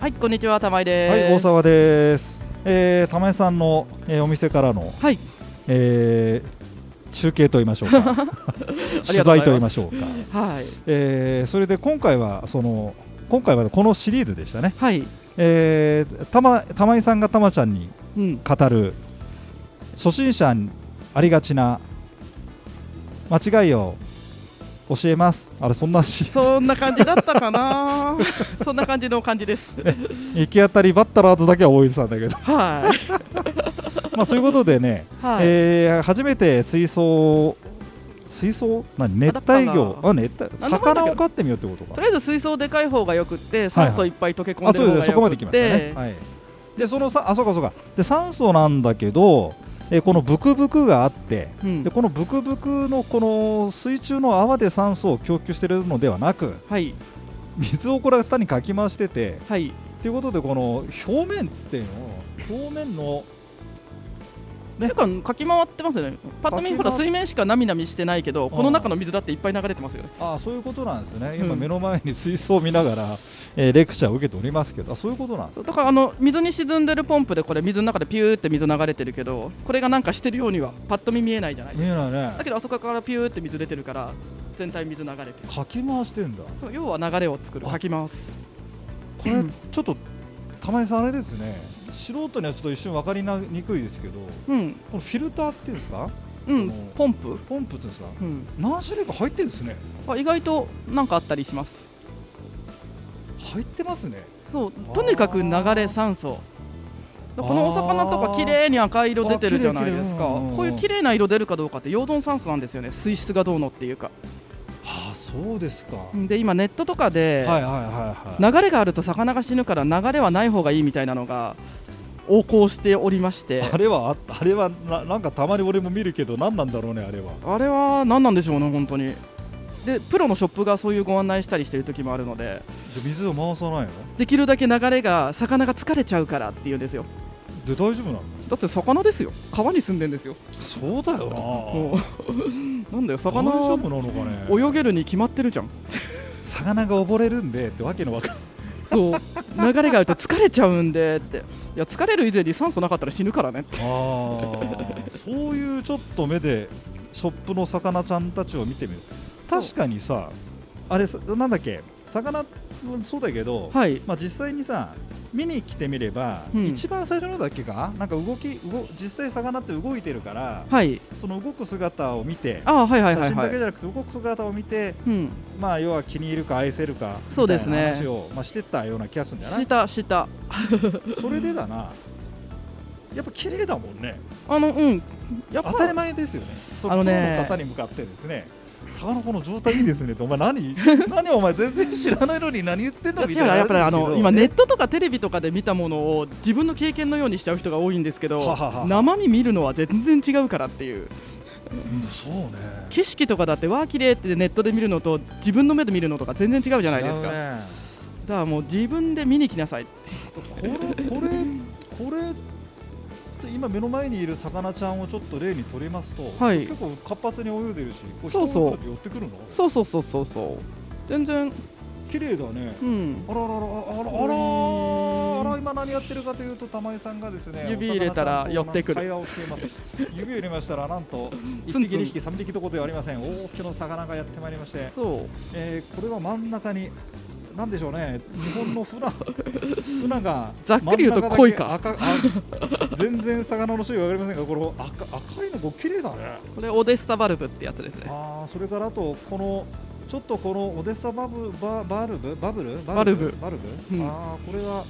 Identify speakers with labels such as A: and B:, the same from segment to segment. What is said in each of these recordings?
A: はい、こんにちは、玉井
B: はい、
A: です。
B: 大沢です。えー、玉井さんの、えーお店からの、
A: はい、
B: えー中継と言いましょうか、 取材と言いましょうか。
A: はい、
B: えーそれで今回はその今回はこのシリーズでしたね。
A: はい、
B: えー、玉玉井さんが玉ちゃんに
A: うん、
B: 語る初心者にありがちな間違いを教えます。あれそんなシリーズ
A: そんな感じだったか な。そんな感じの感じです。
B: 行き当たりバッタラーズだけは大泉さんだけど、
A: はい、
B: まあそういうことでね。
A: はい、
B: えー初めて水槽水槽何熱帯魚あ熱帯
A: なんだかんだ
B: 魚を飼ってみようってこと
A: と
B: か
A: りあえず水槽でかい方がよくって、酸素いっぱい溶け込ん
B: あ
A: で
B: そ
A: る
B: う
A: 方
B: で
A: が
B: すそこま
A: よくっ
B: で来ましたね
A: て、
B: はいでそのさあそうかそうかで酸素なんだけどえーこのブクブクがあって
A: うん
B: で、このブクブクのこの水中の泡で酸素を供給してるのではなく
A: はい、
B: 水をこれ単にかき回してて
A: はい、
B: ということでこの表面っていうのを表面の
A: てかかき回ってますよね。パッと見
B: かき回っ
A: ほら水面しかなみなみしてないけど、この中の水だっていっぱい流れてますよね。
B: ああそういうことなんですね、今
A: うん
B: 目の前に水槽を見ながら、えーレクチャーを受けておりますけど、あそういうことなんです
A: そうだからあの水に沈んでるポンプでこれ水の中でピューって水流れてるけど、これがなんかしてるようにはパッと見見えないじゃない。
B: 見えない
A: だ
B: ね、
A: けどあそこからピューって水出てるから全体水流れてる
B: かき回してんだ、
A: そう要は流れを作る
B: あ
A: かき回す
B: これ、ちょっと、玉井さん、あれですね、素人にはちょっと一瞬分かりなにくいですけど、こ
A: うん
B: のフィルターっていうんですか、
A: う
B: あ
A: ん
B: の
A: ポンプ、
B: ポンプっていうんですか、
A: うん、
B: 何種類か入ってるんですね、
A: あ意外となんかあったりします
B: 入ってますね、
A: そう
B: あー
A: とにかく流れ酸素だからこのお魚とか綺麗に赤い色出てるじゃないですか
B: あ綺麗綺麗うんうんうん
A: こういう綺麗な色出るかどうかって溶存酸素なんですよね水質がどうのっていうか
B: はあ、そうですか、
A: うんで今ネットとかで
B: はいはいはいはい、
A: 流れがあると魚が死ぬから流れはない方がいいみたいなのが横行しておりまして
B: あれは、ああれはな、なんかたまに俺も見るけど、何なんだろうね、あれは。
A: あれは何なんでしょうね、本当に。で、プロのショップがそういうご案内したりしてる時もあるので、
B: で水を回さないの
A: できるだけ流れが、魚が疲れちゃうからって言うんですよ。
B: で、大丈夫なの
A: だって魚ですよ、川に住んでんですよ。
B: そうだよ
A: もう なんだよ、
B: 大丈
A: 魚
B: 夫なのかね
A: 泳げるに決まってるじゃん。
B: 魚が溺れるんでってわけのわかんない
A: そう、流れがあると疲れちゃうんでって。いや、疲れる以前に酸素なかったら死ぬからねって。
B: そういうちょっと目でショップの魚ちゃんたちを見てみる確かにさあれさなんだっけ魚もそうだけど、
A: はい。
B: まあ、実際にさ見に来てみれば、
A: うん
B: 一番最初のだっけかなんか動き動実際魚って動いてるから
A: はい。
B: その動く姿を見て
A: ああ、はいはいは
B: 写
A: い
B: 真
A: は
B: だけ
A: い。
B: じゃなくて動く姿を見て、
A: うん。
B: まあ要は気に入るか愛せるか
A: そうですね
B: みたいな話を、まあ、してったような気がするんじゃない
A: 下、下。
B: それでだな、やっぱ綺麗だもんね、
A: あの、うん。やっ
B: 当たり
A: ぱ、
B: 前ですよね、そ
A: あの
B: のプロ
A: ね
B: の方に向かってですね、魚この状態いいですねと、お前何、 何お前、全然知らないのに何言ってんのみ
A: い
B: たいな、
A: ややっぱりあの今
B: ね、
A: ネットとかテレビとかで見たものを自分の経験のようにしちゃう人が多いんですけど
B: ははは
A: 生身見るのは全然違うからっていう
B: うんそうね、
A: 景色とかだってわあ綺麗ってネットで見るのと自分の目で見るのとか全然違うじゃないですか、だか
B: 違うね
A: らもう自分で見に来なさいって
B: これ、これ、これ、今、目の前にいる魚ちゃんをちょっと例にとりますと、
A: はい
B: 結構活発に泳いでるし、こ
A: そうそう
B: 人の方に寄ってくるの、
A: そうそうそうそうそう全然
B: 綺麗だね。
A: うん
B: あらあらあらあらあらあら今何やってるかというと玉井さんがですね
A: 指入れたら
B: お魚
A: 寄ってくる
B: 会話をしています指を入れましたらなんと
A: ツ
B: 1
A: ンツ
B: 匹
A: ン
B: 2匹3匹どころではありません大きな魚がやってまいりまして、
A: そう
B: えーこれは真ん中になんでしょうね日本 の船船が
A: ざっくり言うと
B: 真ん中だけ
A: 鯉か
B: 赤あ全然魚の種類わかりませんがこの赤赤いのこう綺麗だね
A: これオデッサバルブってやつですね
B: あーそれからあとこのちょっとこのオデッサバブババルブバブル
A: バルブ
B: バルブ、
A: うん
B: ああこれは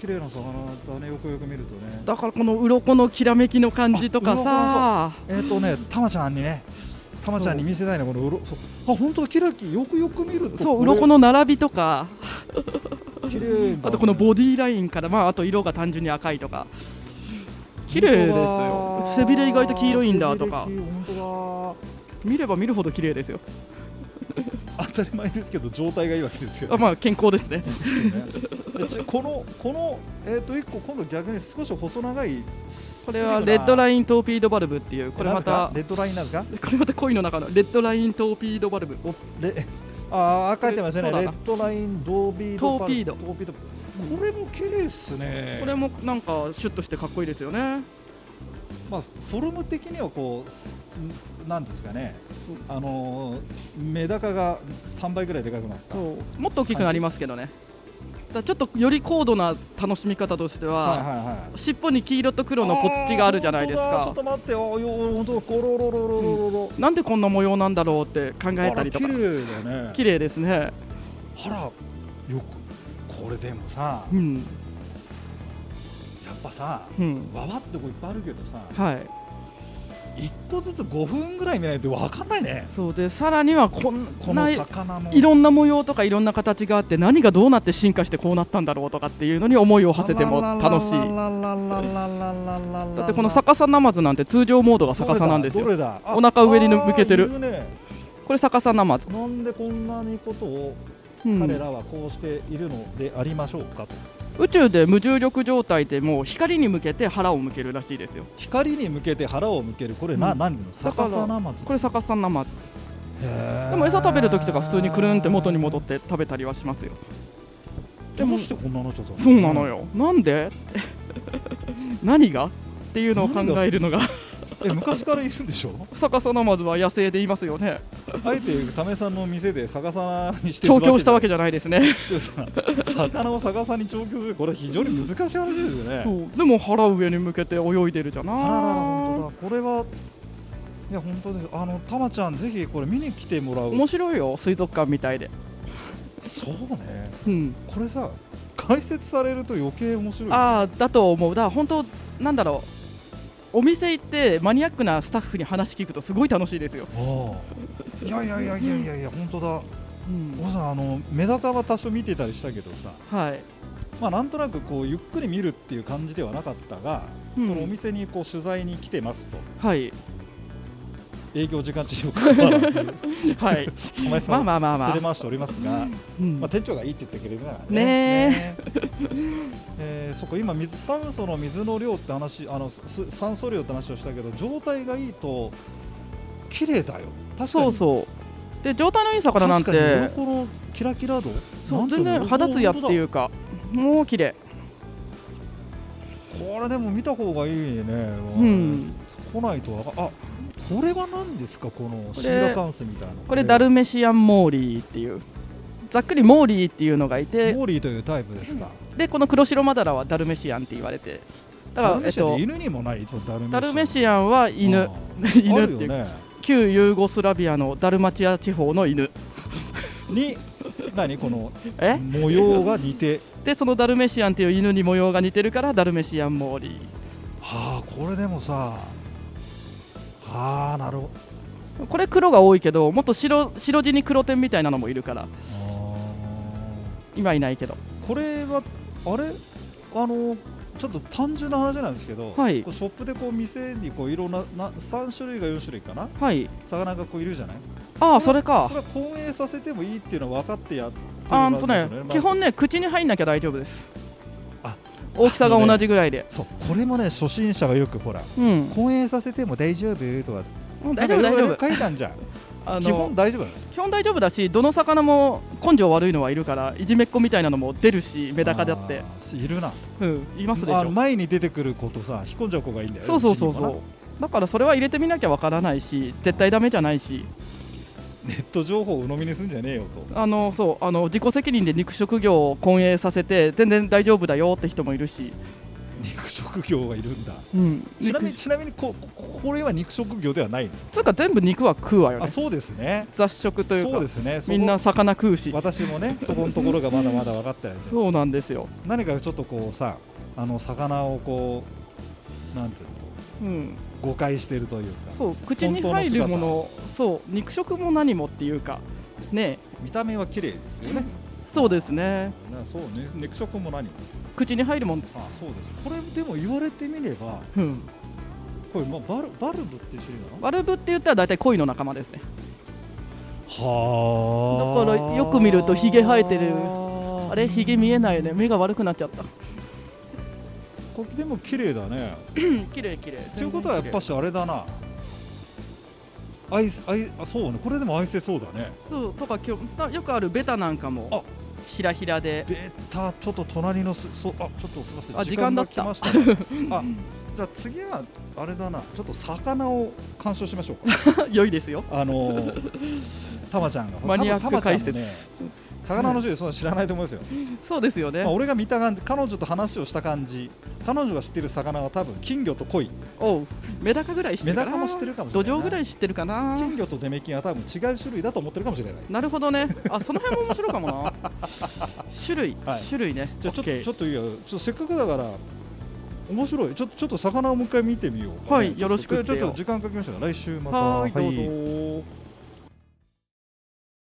B: 綺麗な魚だねよくよく見るとね
A: だからこの鱗のきらめきの感じとかさ
B: えっ、とねたまちゃんにねたまちゃんに見せたいねこのうろそうあ本当だキラキよくよく見ると
A: そう
B: これ
A: 鱗の並びとか
B: 綺麗だね
A: あとこのボディラインから、まあ、あと色が単純に赤いとか綺麗です
B: 本当
A: よ
B: だ
A: 背びれ意外と黄色いんだとか
B: 背びれ黄色い本
A: 見れば見るほど綺麗ですよ
B: 当だ当たり前ですけど状態がいいわけですよ、
A: あまあ健康ですね
B: でちこのこのえっ、と一個今度逆に少し細長い
A: これはレッド
B: イン
A: ライントーピードバルブっていうこれまた
B: レッドラインなんですか
A: これまた恋の中のレッドライントーピードバルブ
B: レああ書いてましたね
A: そう
B: レ
A: だな
B: ッドラインドービード
A: トーピード
B: トーピードこれも綺麗っすね
A: これもなんかシュッとしてかっこいいですよね
B: まあ、フォルム的にはこうなんですかね、あのメダカが3倍ぐらいでかくなった
A: もっと大きくなりますけどね、だちょっとより高度な楽しみ方としては、
B: はいはいはい
A: 尻尾に黄色と黒のポッチがあるじゃないです
B: あー本
A: か
B: 当だちょっと待ってよよ本当だコロロロロロロ
A: なんでこんな模様なんだろうって考え
B: あ
A: た
B: ら
A: りと
B: 綺
A: か
B: 麗だね
A: 綺麗ですね、
B: あらよくこれでもさ
A: うん
B: やっぱさ
A: うん、
B: わわってとこいっぱいあるけどさ
A: はい
B: 一個ずつ5分ぐらい見ないと分かんないね
A: そうでさらにはこん
B: こ
A: な
B: の
A: い
B: 魚の
A: いろんな模様とかいろんな形があって何がどうなって進化してこうなったんだろうとかっていうのに思いを馳せても楽しいだ
B: だ
A: ってこの逆さナマズなんて通常モードが逆さなんです
B: ど
A: よ
B: れだ
A: お腹上に向けてる
B: あーいね
A: これ逆さナマズ、
B: なんでこんなにことを
A: うん
B: 彼らはこうしているのでありましょうかと、
A: 宇宙で無重力状態でもう光に向けて腹を向けるらしいですよ
B: 光に向けて腹を向けるこれな、
A: うん
B: 何の逆さなまず
A: これ逆さナマズ
B: で
A: でも餌食べるときとか普通にくるんって元に戻って食べたりはしますよ
B: どうしてこんなのちょっと
A: そうなのよなんで 何がっていうのを考えるのが
B: え昔からいるんでしょ
A: 逆さナマズは野生でいますよね
B: あえてタメさんの店で逆さにして
A: 調教したわけ
B: じ
A: じゃないですね
B: ゃなくてさ魚を逆さに調教するこれ非常に難しい話ですよね
A: そうでも腹上に向けて泳いでるじゃな
B: あららら本当だこれはいや本当ですあのタマちゃんぜひこれ見に来てもらう
A: 面白いよ水族館みたいで、
B: そうね
A: うん、
B: これさ解説されると余計面白い
A: ああだと思うだから本当なんだろうお店行ってマニアックなスタッフに話聞くとすごい楽しいですよ、
B: ああいやいやいやいやいやいや本当
A: う
B: だ
A: ん
B: おさんあのメダカは多少見てたりしたけどさ
A: はい、
B: まあなんとなくこうゆっくり見るっていう感じではなかったが、
A: う
B: このお
A: ん、
B: 店にこう取材に来てますと
A: はい
B: 営業時 間中にもかかわらず
A: はい
B: お前さん
A: まあ
B: を
A: まあまあま
B: 連れ
A: あ、
B: 回しておりますが、
A: うん
B: まあ、店長がいいって言ってくれるなら
A: ねえ
B: ねえーそこ今水酸素の水の量って話あのす酸素量って話をしたけど状態がいいと綺麗だよ確かに
A: そうそうで状態のいい魚なん
B: 確かに
A: て
B: このキラキラ度
A: そ
B: な
A: うん
B: て
A: 全
B: いの
A: 然肌ツヤっていうかもう綺麗
B: これでも見た方がいいね、
A: うん
B: 来ないとわかあこれは何ですかこのシーラカンスみたいな
A: これダルメシアンモーリーっていうざっくりモーリーっていうのがいて
B: モーリーというタイプですか
A: でこの黒白マダラはダルメシアンって言われてだ
B: ダ
A: か
B: ル
A: らえ
B: メ
A: っ
B: シアっ
A: と
B: て犬にもないそうダルメシア
A: ダルメシアンは
B: あ
A: 犬
B: ー
A: 犬
B: あ
A: っ
B: る
A: てい
B: よ
A: う
B: ね
A: 旧ユーゴスラビアのダルマチア地方の犬
B: に何この
A: え
B: 模様が似て
A: でそのダルメシアンっていう犬に模様が似てるからダルメシアンモーリ
B: はあこれでもさはあなるほど
A: ーこれ黒が多いけどもっと白白地に黒点みたいなのもいるから
B: あ
A: 今いないけど
B: ーこれはあれあのちょっと単純な話なんですけど、
A: はい
B: こうショップでこう店にこういろんなな3種類か4種類かな
A: はい
B: 魚がこういるじゃない
A: ああそれ
B: こ
A: か
B: れは公営させてもいいっていうのは分かってやってる
A: あ
B: は
A: ー
B: ず
A: んと
B: な
A: ね
B: んですよねまあ
A: 基本ね口に入んなきゃ大丈夫です
B: あ
A: 大きさが同じぐらいで
B: そうこれもね初心者がよくほら
A: うん
B: 公営させても大丈夫とか
A: うん大丈夫大丈
B: なん
A: 夫
B: かいろいろ書いたんじゃん
A: あ
B: 基本
A: の
B: 大丈夫なの
A: 基本大丈夫だしどの魚も根性悪いのはいるからいじめっ子みたいなのも出るしメダカだって
B: あーいるな
A: うんいますでし
B: あの
A: ょ
B: 前に出てくる子とさ引っ込んじゃう子がいいんだよ
A: そうそうそう
B: ちに
A: そ
B: も
A: うだからそれは入れてみなきゃわからないし絶対ダメじゃないし
B: なネット情報を鵜呑みにすんじゃねえよと
A: あのそうあの自己責任で肉食業を混営させて全然大丈夫だよって人もいるし、
B: 肉食業がいるんだ
A: うん、
B: ちなみに
A: 肉
B: ちなみにこここれは肉食業ではないの
A: つうか全部肉は食うわよ
B: あ
A: ね
B: そうですね
A: 雑食とい
B: そう
A: う
B: で
A: か
B: すねそこ
A: みんな魚食うし
B: 私もねそこのところがまだまだ分かってないです
A: そうなんですよ、
B: 何かちょっとこうさあの魚をこうなんていうの
A: うん、
B: 誤解してるというか
A: そう口に入るものそう肉食も何もっていうかね
B: 見た目は綺麗ですよね
A: そうですね
B: なそうね肉食も何も
A: 口に入るもん、
B: あそうですこれでも言われてみれば
A: うん、
B: これ、まあ、バルバルブっていう種類なの
A: バルブって言ったら大体鯉の仲間ですね
B: は
A: だからよく見るとヒゲ生えてるあれひげ見え
B: い
A: ないね目が悪くなっちゃった
B: これでも綺麗だね
A: うん綺麗綺麗
B: ということはやっぱしあれだな愛せ愛あそうねこれでも愛せそうだね
A: そうとか今日よくあるベタなんかも
B: あ
A: ひらひらで
B: 出たちょっと隣のすそうあちょっとすみません
A: あ
B: 来ましたね、 あじゃあ次はあれだなちょっと魚を鑑賞しましょう か
A: 良いですよ
B: あのーたまちゃんが
A: マニアック解説、
B: 多分たまちゃんもね魚の種類そんな知らないと思いますよ、
A: そうですよね、
B: まあ、俺が見た感じ彼女と話をした感じ彼女が知ってる魚は多分金魚と鯉
A: おうメダカぐらい知って
B: メ
A: るか
B: ダ
A: な
B: カも知ってるかもし
A: 土
B: れない
A: 壌ぐら
B: い
A: い知ってるか な
B: 金魚とデメキンは多分違う種類だと思ってるかもしれない
A: なるほどねあその辺も面白いか もな種類、
B: はい
A: 種類ね
B: じゃあちょっと
A: OK
B: ちょっといいよちょっとせっかくだから面白いちょっとちょっと魚をもう一回見てみようかね、
A: はい
B: ちょっと
A: よろしくってよ
B: ちょっと時間かけましたが来週また
A: はーいどうぞ
B: はい